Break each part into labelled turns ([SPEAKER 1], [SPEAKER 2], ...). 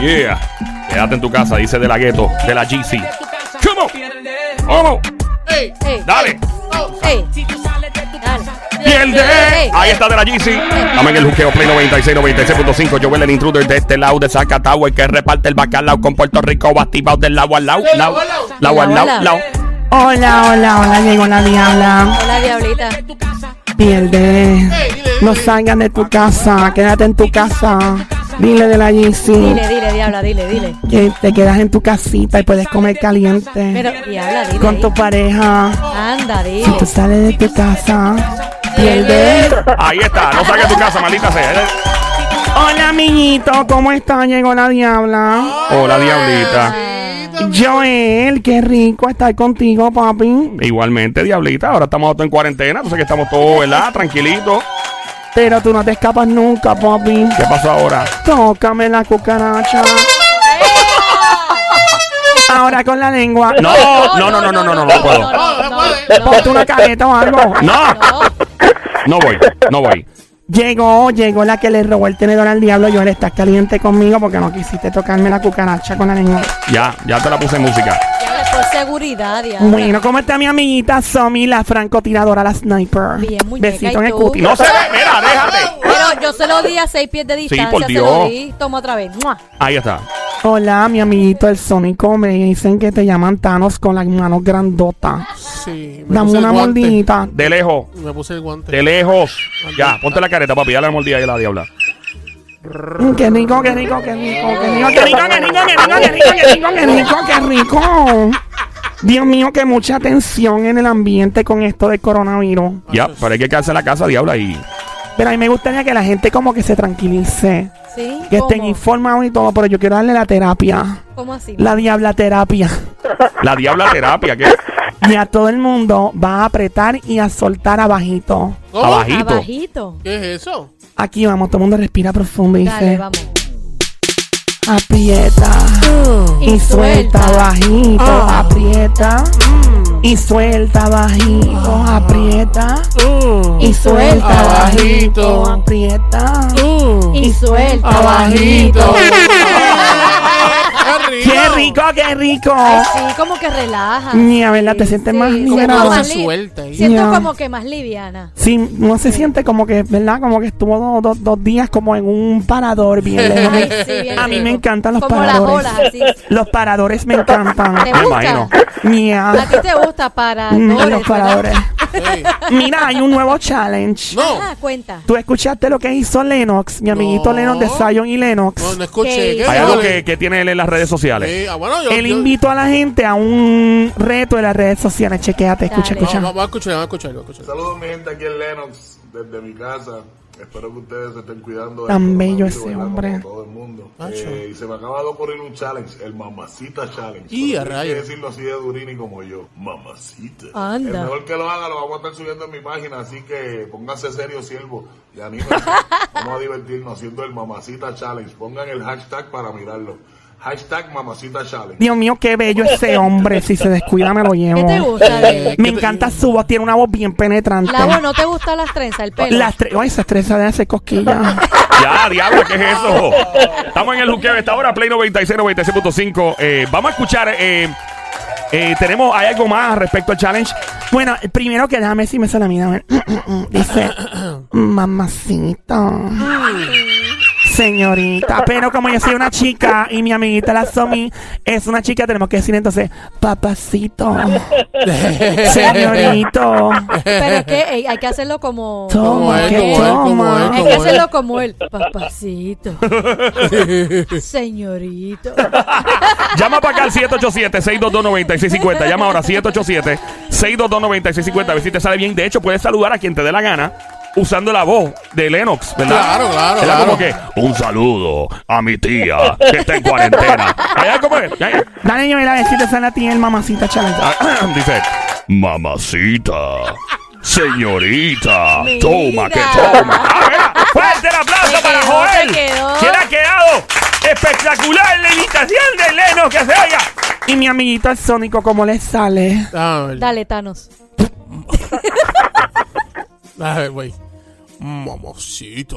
[SPEAKER 1] Yeah. Quédate en tu casa, dice de la gueto, de la GC. Come on. Vamos.
[SPEAKER 2] Ey, ey,
[SPEAKER 1] Dale.
[SPEAKER 2] ey,
[SPEAKER 3] Si tú sales de tu
[SPEAKER 2] dale.
[SPEAKER 3] casa,
[SPEAKER 1] Pierde. Ahí está de la GC. Dame en el juqueo Play 96, 96.5. Yo el intruder de este lado de Zacatau, el que reparte el bacalao con Puerto Rico, activado del lado al lado. Lao, lao al lado, lao.
[SPEAKER 4] Hola, hola, hola, llegó la diabla.
[SPEAKER 2] Hola, diablita.
[SPEAKER 3] tu casa,
[SPEAKER 4] Pierde. No salgan de tu casa, quédate en tu casa. Dile de la
[SPEAKER 2] Dile,
[SPEAKER 4] GC
[SPEAKER 2] dile, diabla, dile, dile.
[SPEAKER 4] que te quedas en tu casita y puedes comer caliente
[SPEAKER 2] Pero, diabla, dile.
[SPEAKER 4] con tu
[SPEAKER 2] ahí.
[SPEAKER 4] pareja.
[SPEAKER 2] Anda, dile.
[SPEAKER 4] Si tú sales de tu casa, pierde.
[SPEAKER 1] Ahí está. No saques tu casa, maldita sea.
[SPEAKER 4] Hola, amiguito, ¿cómo están? Llegó la diabla.
[SPEAKER 1] Hola, diablita.
[SPEAKER 4] Joel, qué rico estar contigo, papi.
[SPEAKER 1] Igualmente, diablita. Ahora estamos todos en cuarentena, entonces que estamos todos, ¿verdad? Tranquilitos.
[SPEAKER 4] Pero tú no te escapas nunca, papi.
[SPEAKER 1] ¿Qué pasó ahora?
[SPEAKER 4] Tócame la cucaracha. Ahora con la lengua.
[SPEAKER 1] No, no, no, no, no, no, no, no puedo.
[SPEAKER 2] no, no,
[SPEAKER 4] Ponte una careta o algo.
[SPEAKER 1] No,
[SPEAKER 2] no.
[SPEAKER 1] no voy, no voy.
[SPEAKER 4] Llegó, llegó la que le robó el tenedor al diablo. Joel, estás caliente conmigo porque no quisiste tocarme la cucaracha con la lengua.
[SPEAKER 1] Ya, ya te la puse en música.
[SPEAKER 2] Diabla, por seguridad, diabla.
[SPEAKER 4] Bueno, ¿cómo está mi amiguita Somi, la francotiradora, la sniper?
[SPEAKER 2] Bien, muñeca,
[SPEAKER 4] Besito
[SPEAKER 2] ¿y
[SPEAKER 4] en el
[SPEAKER 2] tú?
[SPEAKER 4] cuti.
[SPEAKER 1] No se ve, mira, déjate.
[SPEAKER 2] Pero yo se lo di a seis pies de distancia.
[SPEAKER 1] por
[SPEAKER 2] Se lo
[SPEAKER 1] Dios.
[SPEAKER 2] di. Toma otra vez. ¡Mua!
[SPEAKER 1] Ahí está.
[SPEAKER 4] Hola, mi amiguito el Sónico. Me dicen que te llaman Thanos con las manos grandotas.
[SPEAKER 5] Sí, me
[SPEAKER 4] Dame
[SPEAKER 5] puse
[SPEAKER 4] una
[SPEAKER 5] el guante.
[SPEAKER 4] mordidita.
[SPEAKER 1] De lejos,
[SPEAKER 5] Me puse el guante.
[SPEAKER 1] de lejos. Ya, ponte la careta, papi. Ya la mordida y la diabla.
[SPEAKER 4] Mm, Qué rico, qué rico, qué rico, qué rico, qué rico, qué rico, qué rico, qué rico, qué rico, qué rico, qué rico. Dios mío, que mucha tensión en el ambiente con esto del coronavirus.
[SPEAKER 1] Ya, pero hay que quedarse en la casa, diabla. Y
[SPEAKER 4] Pero a mí me gustaría que la gente como que se tranquilice,
[SPEAKER 2] ¿Sí?
[SPEAKER 4] que estén
[SPEAKER 2] ¿Cómo?
[SPEAKER 4] informados y todo, pero yo quiero darle la terapia,
[SPEAKER 2] ¿Cómo así?
[SPEAKER 4] la diabla terapia.
[SPEAKER 1] la diabla terapia, ¿qué?
[SPEAKER 4] Y a todo el mundo va a apretar y a soltar abajito.
[SPEAKER 5] ¿Cómo?
[SPEAKER 1] Abajito.
[SPEAKER 2] Abajito.
[SPEAKER 5] ¿Qué es eso?
[SPEAKER 4] Aquí vamos, todo el mundo respira profundo y
[SPEAKER 2] Dale,
[SPEAKER 4] dice,
[SPEAKER 2] vamos.
[SPEAKER 4] aprieta. Y suelta bajito,
[SPEAKER 5] Ah.
[SPEAKER 4] aprieta.
[SPEAKER 2] Mm.
[SPEAKER 4] Y suelta bajito,
[SPEAKER 2] Ah.
[SPEAKER 4] aprieta. Y suelta bajito,
[SPEAKER 5] Abajito.
[SPEAKER 4] aprieta.
[SPEAKER 2] Y suelta.
[SPEAKER 5] Abajito. ¡Qué
[SPEAKER 4] ¡Qué
[SPEAKER 5] rico!
[SPEAKER 4] rico, qué rico!
[SPEAKER 2] Ay, sí, como que relaja.
[SPEAKER 4] Ni a verla, te sientes más
[SPEAKER 2] Ah. sí.
[SPEAKER 5] Como que
[SPEAKER 2] Pero
[SPEAKER 5] no
[SPEAKER 4] liberada.
[SPEAKER 2] más
[SPEAKER 5] se
[SPEAKER 2] li-
[SPEAKER 5] suelta ahí.
[SPEAKER 2] Siento
[SPEAKER 4] Ya.
[SPEAKER 2] como que más liviana.
[SPEAKER 4] Sí, no se siente como que, ¿verdad? Como que estuvo dos, dos- dos días como en un parador bien lejos.
[SPEAKER 2] Ay, sí, bien
[SPEAKER 4] A mí
[SPEAKER 2] rico.
[SPEAKER 4] me encantan los
[SPEAKER 2] como
[SPEAKER 4] paradores.
[SPEAKER 2] las olas, así.
[SPEAKER 4] Los paradores me encantan.
[SPEAKER 2] ¿Te
[SPEAKER 1] Me
[SPEAKER 2] gusta?
[SPEAKER 1] imagino.
[SPEAKER 2] ¿A
[SPEAKER 4] Mia.
[SPEAKER 2] ti te gusta para
[SPEAKER 4] Mm, Los paradores.
[SPEAKER 5] Ey,
[SPEAKER 4] Mira, hay un nuevo challenge.
[SPEAKER 5] No,
[SPEAKER 2] Ah, cuenta.
[SPEAKER 4] ¿Tú escuchaste lo que hizo Lennox? Mi amiguito
[SPEAKER 5] No.
[SPEAKER 4] Lennox de Zion y Lennox.
[SPEAKER 5] no, no escuché.
[SPEAKER 2] ¿Qué
[SPEAKER 5] ¿Qué
[SPEAKER 2] hizo?
[SPEAKER 1] Hay algo
[SPEAKER 5] dale?
[SPEAKER 1] que, que tiene él en las redes sociales.
[SPEAKER 5] Sí, ah, bueno, yo,
[SPEAKER 4] Él
[SPEAKER 5] yo-
[SPEAKER 4] invitó a la gente a un reto de las redes sociales. Chequéate, escucha,
[SPEAKER 2] Dale.
[SPEAKER 5] No, va-
[SPEAKER 4] escucha.
[SPEAKER 5] va a escuchar, va a escuchar, va a escuchar.
[SPEAKER 6] Saludos mi gente aquí en Lennox, desde mi casa. Espero que ustedes se estén cuidando. del
[SPEAKER 4] Tan bello ese
[SPEAKER 6] coronavirus, ¿verdad?
[SPEAKER 4] hombre.
[SPEAKER 6] Como todo el mundo.
[SPEAKER 5] Nacho.
[SPEAKER 6] Eh, y se me acaba de ocurrir un challenge, el Mamacita Challenge.
[SPEAKER 5] Y
[SPEAKER 6] Pero
[SPEAKER 5] a
[SPEAKER 6] tienen
[SPEAKER 5] rayos.
[SPEAKER 6] que decirlo así de Durini como yo. Mamacita.
[SPEAKER 2] Anda.
[SPEAKER 6] El mejor que lo haga lo vamos a estar subiendo en mi página, así que pónganse serio, siervo. Y anímense. vamos a divertirnos haciendo el Mamacita Challenge. Pongan el hashtag para mirarlo. Hashtag Mamacita Challenge.
[SPEAKER 4] Dios mío, qué bello ese hombre. Si se descuida, me lo
[SPEAKER 2] ¿Qué
[SPEAKER 4] llevo.
[SPEAKER 2] te gusta de él?
[SPEAKER 5] Eh,
[SPEAKER 4] Me
[SPEAKER 5] ¿Qué te-
[SPEAKER 4] encanta su voz. Tiene una voz bien penetrante.
[SPEAKER 2] La voz, ¿no te gustan las trenzas, el pelo?
[SPEAKER 4] Las tres. Ay, esa estresa de hacer cosquillas.
[SPEAKER 1] Ya, diabla, ¿qué es eso? Estamos en el juqueo de esta hora, Play 96, 96.5. Eh, vamos a escuchar. eh, eh, tenemos, ¿Hay algo más respecto al challenge?
[SPEAKER 4] bueno, primero que déjame si me sale a mí. dame. Dice, mamacita. Señorita, pero como yo soy una chica y mi amiguita la Somi es una chica, tenemos que decir entonces, papacito, señorito,
[SPEAKER 2] Pero es que ey, hay que hacerlo como...
[SPEAKER 5] Como
[SPEAKER 4] toma,
[SPEAKER 5] él,
[SPEAKER 4] que
[SPEAKER 5] como él, como él,
[SPEAKER 4] toma.
[SPEAKER 2] Hay que
[SPEAKER 5] como él.
[SPEAKER 2] hacerlo como él. Papacito. Señorito.
[SPEAKER 1] Llama para acá al 787-622-9650. Llama ahora 787-622-9650. A ver si te sale bien. De hecho, puedes saludar a quien te dé la gana usando la voz de Lennox, ¿verdad?
[SPEAKER 5] Claro, claro,
[SPEAKER 1] Era
[SPEAKER 5] claro.
[SPEAKER 1] como que un saludo a mi tía que está en cuarentena. Allá como es. Ya, ya.
[SPEAKER 4] Dale yo a ver si te sale a ti el mamacita challenge.
[SPEAKER 1] Ah, Dice, mamacita, señorita,
[SPEAKER 2] Mira.
[SPEAKER 1] toma que toma. Ah, mira, fuerte el aplauso
[SPEAKER 2] Se
[SPEAKER 1] para
[SPEAKER 2] quedó,
[SPEAKER 1] Joel.
[SPEAKER 2] se quedó.
[SPEAKER 1] Que le ha quedado espectacular la imitación de Lennox que se oiga.
[SPEAKER 4] Y mi amiguito el Sónico, ¿cómo le sale?
[SPEAKER 5] A ver,
[SPEAKER 2] Dale, Thanos.
[SPEAKER 5] a ver, güey. Mamacita,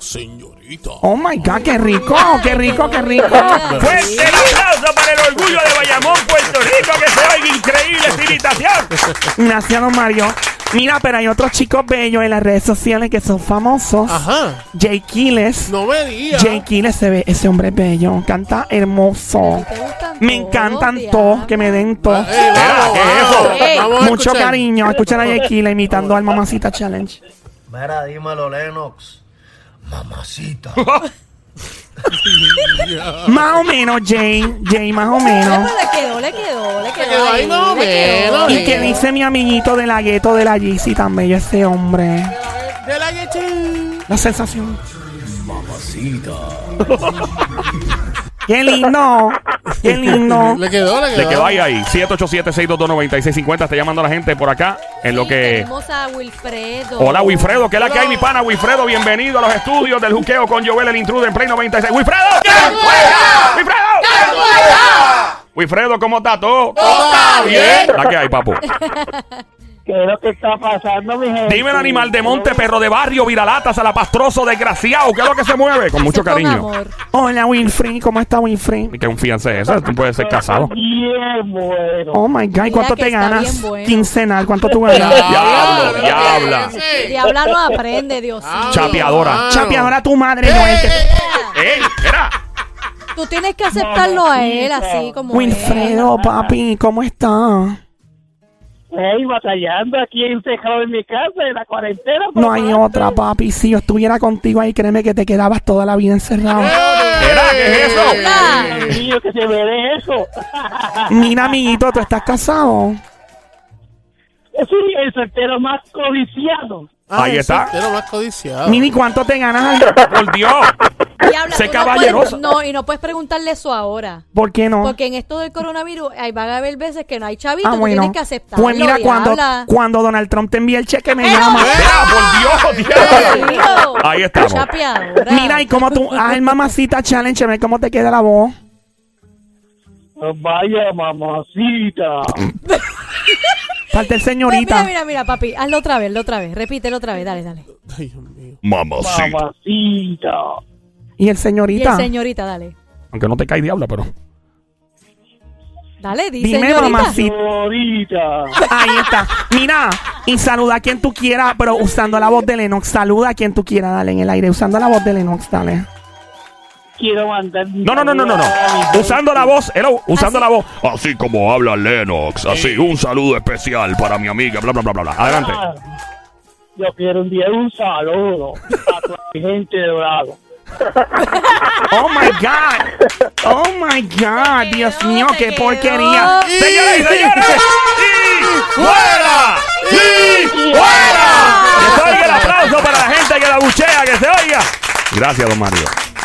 [SPEAKER 5] señorita.
[SPEAKER 4] Oh my God, qué rico, qué rico, qué rico.
[SPEAKER 1] Fuerte el aplauso para el orgullo de Bayamón, Puerto Rico, que se oiga increíble esta imitación.
[SPEAKER 4] Gracias, don Mario. Mira, pero hay otros chicos bellos en las redes sociales que son famosos.
[SPEAKER 5] Ajá.
[SPEAKER 4] Jay Kiles.
[SPEAKER 5] Ah. No me digas.
[SPEAKER 4] Jay Kiles se ve, ese hombre es bello. Canta hermoso.
[SPEAKER 2] ¿Te gustan
[SPEAKER 4] Me
[SPEAKER 2] todos,
[SPEAKER 4] encantan
[SPEAKER 2] diablo?
[SPEAKER 4] todos, que me den todos.
[SPEAKER 5] Eh, vamos,
[SPEAKER 1] ¿qué es eso?
[SPEAKER 5] vamos,
[SPEAKER 2] Ey.
[SPEAKER 5] vamos a
[SPEAKER 4] Mucho
[SPEAKER 5] escuchar.
[SPEAKER 4] cariño. Escuchar a Jay Kiles imitando al Mamacita Challenge.
[SPEAKER 3] Mira, dímelo, Lennox. Mamacita.
[SPEAKER 4] Más o menos, Jay. Jay, más o
[SPEAKER 2] Pero
[SPEAKER 4] menos.
[SPEAKER 2] le quedó, le quedó, le quedó.
[SPEAKER 5] quedó ahí, no,
[SPEAKER 2] le
[SPEAKER 5] menos.
[SPEAKER 2] quedó.
[SPEAKER 4] Y que dice mi amiguito de la gueto de la Yeezy tan bello ese hombre.
[SPEAKER 5] De la leche.
[SPEAKER 4] La sensación. Qué lindo. Qué lindo.
[SPEAKER 5] Le quedó, le quedó.
[SPEAKER 1] Le quedó ahí, ahí. 787-622-9650. Está llamando la gente por acá. En lo
[SPEAKER 2] Sí,
[SPEAKER 1] que.
[SPEAKER 2] Tenemos a Wilfredo.
[SPEAKER 1] Hola, Wilfredo. ¿Qué es la que hay, mi pana? Wilfredo, bienvenido a los estudios del juqueo con Joel el intruder en Play 96. ¡Wilfredo! ¡Wilfredo! Wilfredo, ¿cómo estás tú?
[SPEAKER 5] Está bien.
[SPEAKER 1] ¿La que hay, papu?
[SPEAKER 7] ¿Qué es lo que está pasando, mi gente?
[SPEAKER 1] Dime el animal de monte, perro de barrio, viralata, salapastroso, desgraciado. ¿Qué es lo que se mueve? Con mucho
[SPEAKER 2] Con
[SPEAKER 1] cariño.
[SPEAKER 2] amor.
[SPEAKER 4] Hola, Winfrey. ¿Cómo está, Winfrey?
[SPEAKER 1] ¿Y qué confianza es esa? Tú puedes ser casado.
[SPEAKER 7] Bien bueno.
[SPEAKER 4] Oh my God. ¿y ¿Cuánto
[SPEAKER 2] Mira que
[SPEAKER 4] te
[SPEAKER 2] está
[SPEAKER 4] ganas?
[SPEAKER 2] bien bueno.
[SPEAKER 4] Quincenal. ¿Cuánto tú ganas?
[SPEAKER 1] Diablo, diabla.
[SPEAKER 2] Diabla no aprende, Dios
[SPEAKER 5] Ah.
[SPEAKER 2] mío.
[SPEAKER 1] Chapeadora.
[SPEAKER 4] Chapi, ahora tu madre
[SPEAKER 5] Eh,
[SPEAKER 4] no es que-
[SPEAKER 1] ¡Ey! ¡Era!
[SPEAKER 2] Tú tienes que aceptarlo a él así como es.
[SPEAKER 4] Wilfredo, papi, ¿cómo está?
[SPEAKER 7] Ey, batallando aquí encejado en este mi casa en la cuarentena.
[SPEAKER 4] No hay
[SPEAKER 7] papá.
[SPEAKER 4] otra, papi. Si yo estuviera contigo ahí, créeme que te quedabas toda la vida encerrado.
[SPEAKER 5] eh,
[SPEAKER 1] ¡Era! ¿Qué es eso?
[SPEAKER 5] Ah,
[SPEAKER 2] Hola.
[SPEAKER 7] Dios mío, que se me dé eso.
[SPEAKER 4] Mira, amiguito, ¿tú estás casado?
[SPEAKER 7] Es un- el soltero más codiciado.
[SPEAKER 4] Ah.
[SPEAKER 1] Ahí
[SPEAKER 5] el
[SPEAKER 1] está.
[SPEAKER 5] soltero más codiciado.
[SPEAKER 4] Mini, ¿cuánto te ganas al
[SPEAKER 1] ¡Por Dios!
[SPEAKER 2] Diabla,
[SPEAKER 1] Sé
[SPEAKER 2] tú
[SPEAKER 1] caballerosa.
[SPEAKER 2] No, puedes- no, y no puedes preguntarle eso ahora.
[SPEAKER 4] ¿Por qué no?
[SPEAKER 2] Porque en esto del coronavirus ahí van a haber veces que no hay chavito,
[SPEAKER 4] ah,
[SPEAKER 2] tú
[SPEAKER 4] bueno.
[SPEAKER 2] tienes que aceptarlo.
[SPEAKER 4] Pues mira, cuando,
[SPEAKER 2] diabla.
[SPEAKER 4] cuando Donald Trump te envía el cheque, me llama.
[SPEAKER 5] Eh.
[SPEAKER 1] ¡Era! ¡Por Dios!
[SPEAKER 2] Dios
[SPEAKER 1] ¡Diablo!
[SPEAKER 2] mío.
[SPEAKER 1] Ahí estamos.
[SPEAKER 2] Chapeadora.
[SPEAKER 4] Mira, y cómo tú, haz el mamacita challenge, ve cómo te queda la voz.
[SPEAKER 7] Oh, Vaya mamacita.
[SPEAKER 4] Falta el
[SPEAKER 2] Pues
[SPEAKER 4] señorita.
[SPEAKER 2] Mira, mira, mira, papi, hazlo otra vez, hazlo otra vez, repítelo otra vez, dale, dale.
[SPEAKER 5] Ay, Dios mío.
[SPEAKER 1] Mamacita.
[SPEAKER 7] Mamacita.
[SPEAKER 4] Y el
[SPEAKER 2] Y
[SPEAKER 4] señorita.
[SPEAKER 2] el señorita, dale.
[SPEAKER 1] Aunque no te cae diabla, pero.
[SPEAKER 2] Dale, di
[SPEAKER 4] Dime,
[SPEAKER 2] señorita.
[SPEAKER 4] mamacita.
[SPEAKER 7] Señorita.
[SPEAKER 4] Ahí está. Mira, y saluda a quien tú quieras, pero usando la voz de Lennox. Saluda a quien tú quieras, dale en el aire. Usando la voz de Lennox, dale.
[SPEAKER 7] Quiero mandar. mi
[SPEAKER 1] No, no, no, no, no, no.
[SPEAKER 7] saludo a mi
[SPEAKER 1] Usando la voz, hello, usando
[SPEAKER 2] Así.
[SPEAKER 1] la voz. Así como habla Lennox, así un saludo especial para mi amiga, bla, bla, bla, bla, bla. Adelante.
[SPEAKER 7] Yo quiero enviar un saludo a toda mi gente de Dorado.
[SPEAKER 4] Oh my God. Oh my God. Dios
[SPEAKER 2] quedó,
[SPEAKER 4] mío,
[SPEAKER 2] te
[SPEAKER 4] qué
[SPEAKER 2] quedó.
[SPEAKER 4] porquería.
[SPEAKER 1] Señoras y señores, ¡y fuera! ¡Y fuera! Que se oiga el aplauso para la gente que la buchea, que se oiga. Gracias, don Mario.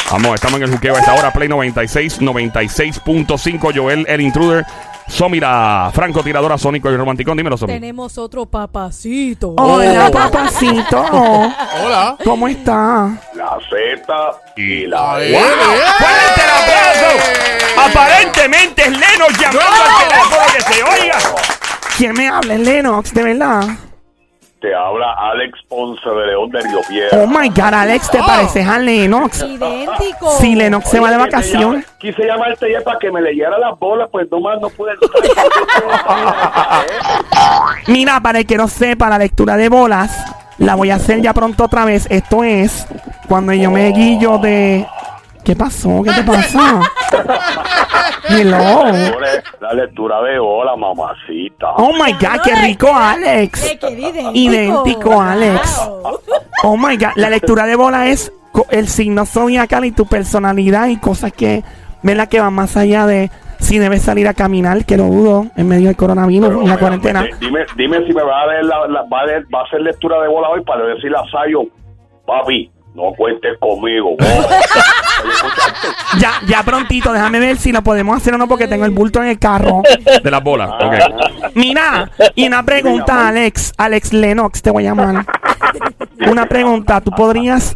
[SPEAKER 1] Vamos, estamos en el juqueo a esta hora, Play 96, 96.5, Joel, el intruder, Somira, francotiradora, Sónico y Romanticón. Dímelo, Somira.
[SPEAKER 2] Tenemos otro papacito.
[SPEAKER 4] Oh, Hola, papacito.
[SPEAKER 5] Hola.
[SPEAKER 4] ¿Cómo está?
[SPEAKER 6] La Z y la E.
[SPEAKER 5] Ay,
[SPEAKER 1] ¡Wow!
[SPEAKER 5] eh.
[SPEAKER 1] ¡Fuerte el aplauso! Aparentemente es Lenos llamando al teléfono que se oiga.
[SPEAKER 4] ¿Quién me habla? Es Lennox, de verdad.
[SPEAKER 6] Te habla Alex Ponce de León de Río
[SPEAKER 4] Oh my God, Alex, ¿te pareces a Lennox?
[SPEAKER 2] Idéntico.
[SPEAKER 4] Si Lennox se va de vacaciones.
[SPEAKER 6] Quise llamarte ya para que me leyera las bolas, pues no más no pude.
[SPEAKER 4] Mira, para el que no sepa la lectura de bolas, la voy a hacer ya pronto otra vez. Esto es cuando yo me guillo de. ¿Qué pasó? ¿Qué te pasa? Hello.
[SPEAKER 6] La lectura de bola, mamacita.
[SPEAKER 4] Oh my god, qué rico, Alex.
[SPEAKER 2] Le quedó idéntico.
[SPEAKER 4] Idéntico, Alex.
[SPEAKER 2] Wow.
[SPEAKER 4] Oh my god, la lectura de bolas es co- el signo zodiacal y tu personalidad y cosas que, ¿verdad? Que van más allá de si debes salir a caminar, que lo dudo, en medio del coronavirus
[SPEAKER 6] Pero,
[SPEAKER 4] y la
[SPEAKER 6] pero,
[SPEAKER 4] cuarentena.
[SPEAKER 6] di- Dime, dime si me va a, leer la, la- va, a leer- va a hacer lectura de bola hoy para decirle a Sayo, papi, no cuentes conmigo. bola".
[SPEAKER 4] Ya, ya prontito, déjame ver si lo podemos hacer o no porque tengo el bulto en el carro.
[SPEAKER 1] De las bolas, ok.
[SPEAKER 4] Mira, y una pregunta, Alex. Alex Lennox, te voy a llamar. Una pregunta, ¿tú podrías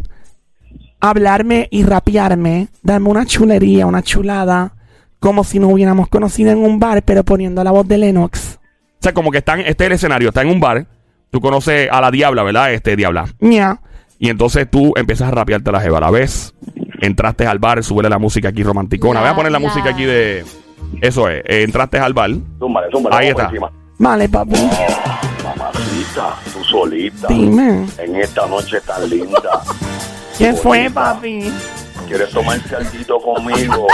[SPEAKER 4] hablarme y rapearme? Darme una chulería, una chulada, como si nos hubiéramos conocido en un bar, pero poniendo la voz de Lennox.
[SPEAKER 1] O sea, como que están, este es el escenario, está en un bar. Tú conoces a la Diabla, ¿verdad? Este Diabla.
[SPEAKER 4] Ña.
[SPEAKER 1] Y entonces tú empiezas a rapearte la jeva. La ves, entraste al bar, sube la música aquí romanticona. Voy a poner la
[SPEAKER 2] Ya, ya.
[SPEAKER 1] música aquí de. Eso es, eh, entraste al bar.
[SPEAKER 8] Zúmbale, zúmbale.
[SPEAKER 1] Ahí
[SPEAKER 8] vamos por
[SPEAKER 1] está.
[SPEAKER 8] encima.
[SPEAKER 4] Vale, papi.
[SPEAKER 8] Mamacita, tú solita.
[SPEAKER 4] Dime.
[SPEAKER 8] En esta noche tan linda.
[SPEAKER 4] ¿Qué fue, papi?
[SPEAKER 8] ¿Quieres tomarte algo conmigo?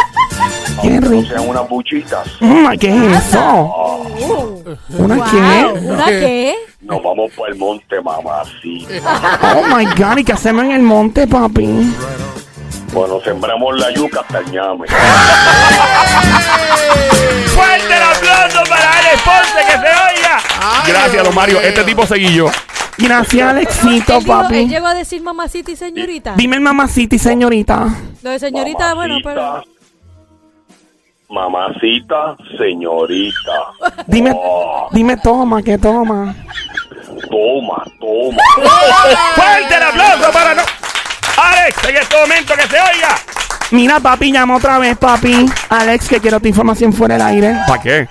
[SPEAKER 4] Qué
[SPEAKER 8] Aunque no
[SPEAKER 4] rico.
[SPEAKER 8] sean unas buchitas.
[SPEAKER 4] Mm, ay, ¿Qué es eso?
[SPEAKER 2] Uh,
[SPEAKER 4] ¿Una
[SPEAKER 2] wow,
[SPEAKER 4] qué?
[SPEAKER 2] ¿Una qué?
[SPEAKER 8] Nos vamos para el monte, mamacita.
[SPEAKER 4] Oh my god, ¿y qué hacemos en el monte, papi?
[SPEAKER 8] Bueno, sembramos la yuca hasta el ñame.
[SPEAKER 4] Ah,
[SPEAKER 1] ¡Fuerte el aplauso para Alex Ponce, que se oiga!
[SPEAKER 5] Ay,
[SPEAKER 1] Gracias, don
[SPEAKER 5] Dios
[SPEAKER 1] Mario.
[SPEAKER 5] mío.
[SPEAKER 1] Este tipo seguí yo.
[SPEAKER 4] Gracias, Alexito,
[SPEAKER 2] él, dijo- él
[SPEAKER 4] papi.
[SPEAKER 2] llegó a decir mamacita y señorita.
[SPEAKER 4] Dime, mamacita y señorita.
[SPEAKER 2] Lo de señorita, bueno, pero.
[SPEAKER 8] Mamacita, señorita.
[SPEAKER 4] Dime,
[SPEAKER 8] Oh,
[SPEAKER 4] dime, toma, que toma.
[SPEAKER 8] toma, toma.
[SPEAKER 1] ¡Fuerte el aplauso para no... Alex, en este momento que se oiga!
[SPEAKER 4] Mira, papi, llama otra vez, papi. Alex, que quiero tu información fuera del aire.
[SPEAKER 1] ¿Para qué?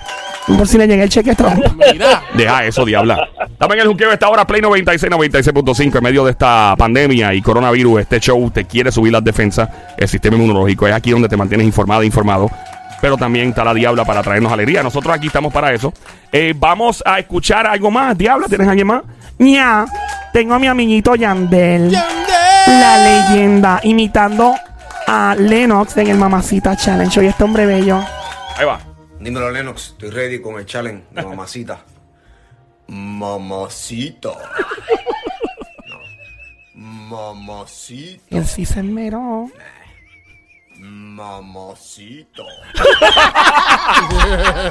[SPEAKER 4] Por si le llega el cheque Trump.
[SPEAKER 5] Mira.
[SPEAKER 1] Deja eso, diabla. Estamos en el juqueo de esta hora, Play 96, 96.5. En medio de esta pandemia y coronavirus, este show te quiere subir las defensas, el sistema inmunológico. Es aquí donde te mantienes informada, informado. Pero también está la diabla para traernos alegría. Nosotros aquí estamos para eso. Eh, vamos a escuchar algo más. Diabla, ¿tienes alguien más?
[SPEAKER 4] Ya, tengo a mi amiguito Yandel.
[SPEAKER 5] Yandel.
[SPEAKER 4] La leyenda, imitando a Lennox en el Mamacita Challenge. Oye, este hombre bello.
[SPEAKER 1] Ahí va.
[SPEAKER 9] Dímelo, Lennox. Estoy ready con el challenge de mamacita. mamacita. No. Mamacita.
[SPEAKER 4] Él sí se enmeró.
[SPEAKER 9] Mamacita.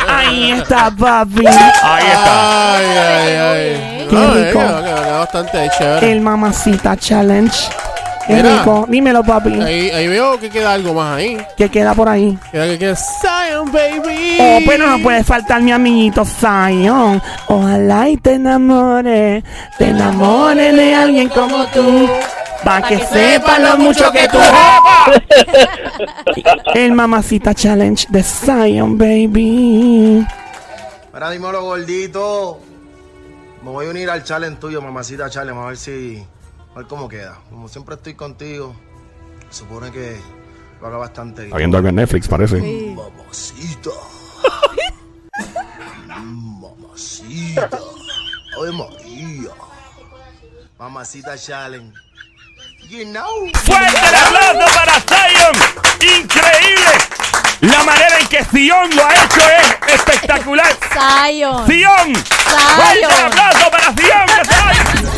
[SPEAKER 4] Ahí está, papi.
[SPEAKER 1] Ahí está.
[SPEAKER 5] Ay, ay, ay.
[SPEAKER 4] Qué
[SPEAKER 5] No, eh,
[SPEAKER 4] rico.
[SPEAKER 5] quedó- quedó- quedó bastante chévere.
[SPEAKER 4] El Mamacita Challenge. Qué
[SPEAKER 5] Mira.
[SPEAKER 4] rico. Dímelo, papi.
[SPEAKER 5] Ahí, ahí veo que queda algo más ahí.
[SPEAKER 4] ¿Qué queda por ahí?
[SPEAKER 5] Queda que queda Zion, baby.
[SPEAKER 4] Oh, pero no puede faltar mi amiguito Zion. Ojalá y te enamore, te enamore de alguien como tú. Pa' que sepa lo mucho que tú. El Mamacita Challenge de Zion, baby.
[SPEAKER 3] Ahora dímelo, gordito. Me voy a unir al challenge tuyo, mamacita challenge. Vamos a ver si. A ver cómo queda. Como siempre estoy contigo, se supone que lo haga bastante bien.
[SPEAKER 1] Está viendo algo en Netflix, parece.
[SPEAKER 9] Mamacita. mamacita. Ave María.
[SPEAKER 3] Mamacita challenge. You know.
[SPEAKER 1] ¡Fuerte el aplauso para Zion! ¡Increíble! La manera en que Zion lo ha hecho es espectacular.
[SPEAKER 2] Zion.
[SPEAKER 1] ¡Zion! ¡Fuerte el aplauso para Zion! que se oiga!